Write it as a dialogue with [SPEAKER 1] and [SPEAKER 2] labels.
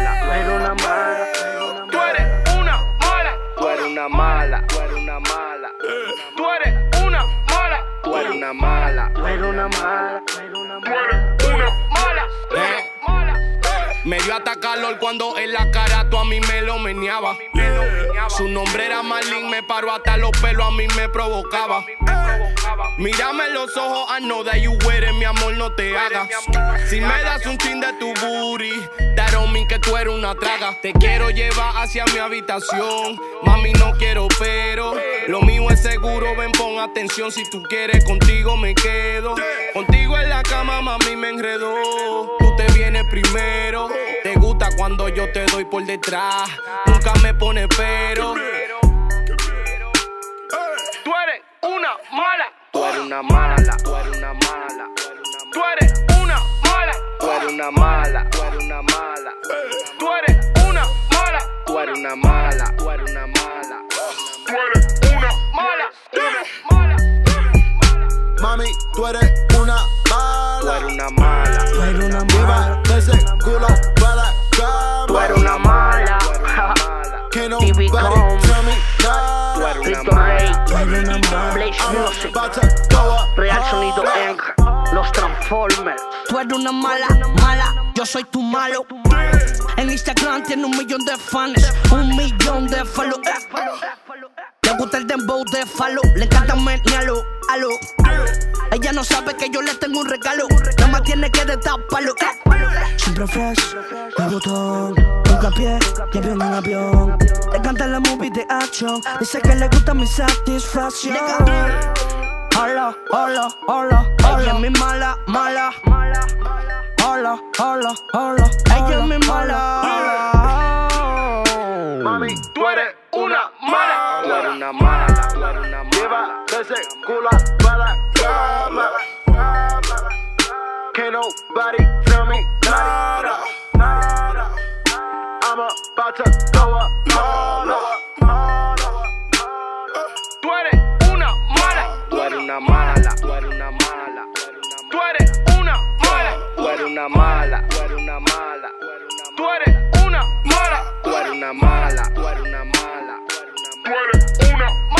[SPEAKER 1] una mala. Tú eres una mala. Tú eres una mala. Tú eres una mala. Tú eres una mala. Tú eres una mala. Tú eres una mala. Tú eres una mala. Tú eres mala.
[SPEAKER 2] Me dio hasta calor cuando en la cara tú a mí me lo meneaba. Su nombre era Marlin, me paró hasta los pelos, a mí me provocaba. Mírame en los ojos, I know that you wear it, mi amor, no te hagas. Si me das un chin de tu booty, that don't mean que tú eres una traga. Te quiero llevar hacia mi habitación, mami, no quiero pero. Lo mío es seguro, ven, pon atención. Si tú quieres, contigo me quedo. Contigo en la cama, mami, me enredó. Tú te vienes primero, te gusta cuando yo te doy por detrás. Nunca me pones pero.
[SPEAKER 1] Tú eres una mala. Tú eres una mala. Tú eres una mala. Tú eres una mala. Tú eres una mala. Tú eres una mala. Tú eres una mala. Tú eres una mala. Tú eres una mala. Tú eres una mala. Tú eres mala.
[SPEAKER 3] Mami, tú eres una
[SPEAKER 1] Tú eres
[SPEAKER 3] bala.
[SPEAKER 1] una mala. Tú eres una
[SPEAKER 3] Lleva ese culo para la cama.
[SPEAKER 1] Tú eres una mala.
[SPEAKER 3] Que
[SPEAKER 4] Here we
[SPEAKER 3] nobody
[SPEAKER 4] come.
[SPEAKER 3] tell me
[SPEAKER 1] Tú
[SPEAKER 3] nada.
[SPEAKER 1] eres
[SPEAKER 4] Please
[SPEAKER 1] una
[SPEAKER 4] don't
[SPEAKER 1] mala.
[SPEAKER 4] hate. Blaze
[SPEAKER 3] I'm
[SPEAKER 4] Music.
[SPEAKER 3] about to go up.
[SPEAKER 4] Real sonido Anchor. Los Transformers.
[SPEAKER 5] Tú eres una mala, mala, yo soy tu malo. En Instagram tiene un millón de fans, un millón de follow. Le gusta el dembow de falo, le encanta menealo, alo. Ella no sabe que yo le tengo un regalo, nada más tiene que destaparlo. Siempre fresh, me botón, nunca a pie, y avión en avión. Le encanta la movie de action, dice que le gusta mi satisfacción. Hola, hola, hola, hola. Ella es mi mala, mala. Hola, hola, hola. Ella es mi mala.
[SPEAKER 3] Mami,
[SPEAKER 1] Tú eres una mala. Tú eres una mala. Tú eres una mala.
[SPEAKER 3] lleva ese culo para la cama. Que nobody tell me nada. I'm about to go up.
[SPEAKER 1] Tú eres una mala. Tú eres una mala. Tú eres una mala. Tú eres una mala. Tú eres una mala. Tú eres una mala. Tú eres una mala. Tú eres una mala. Tú eres una mala. Tú eres una mala.
[SPEAKER 2] Uh,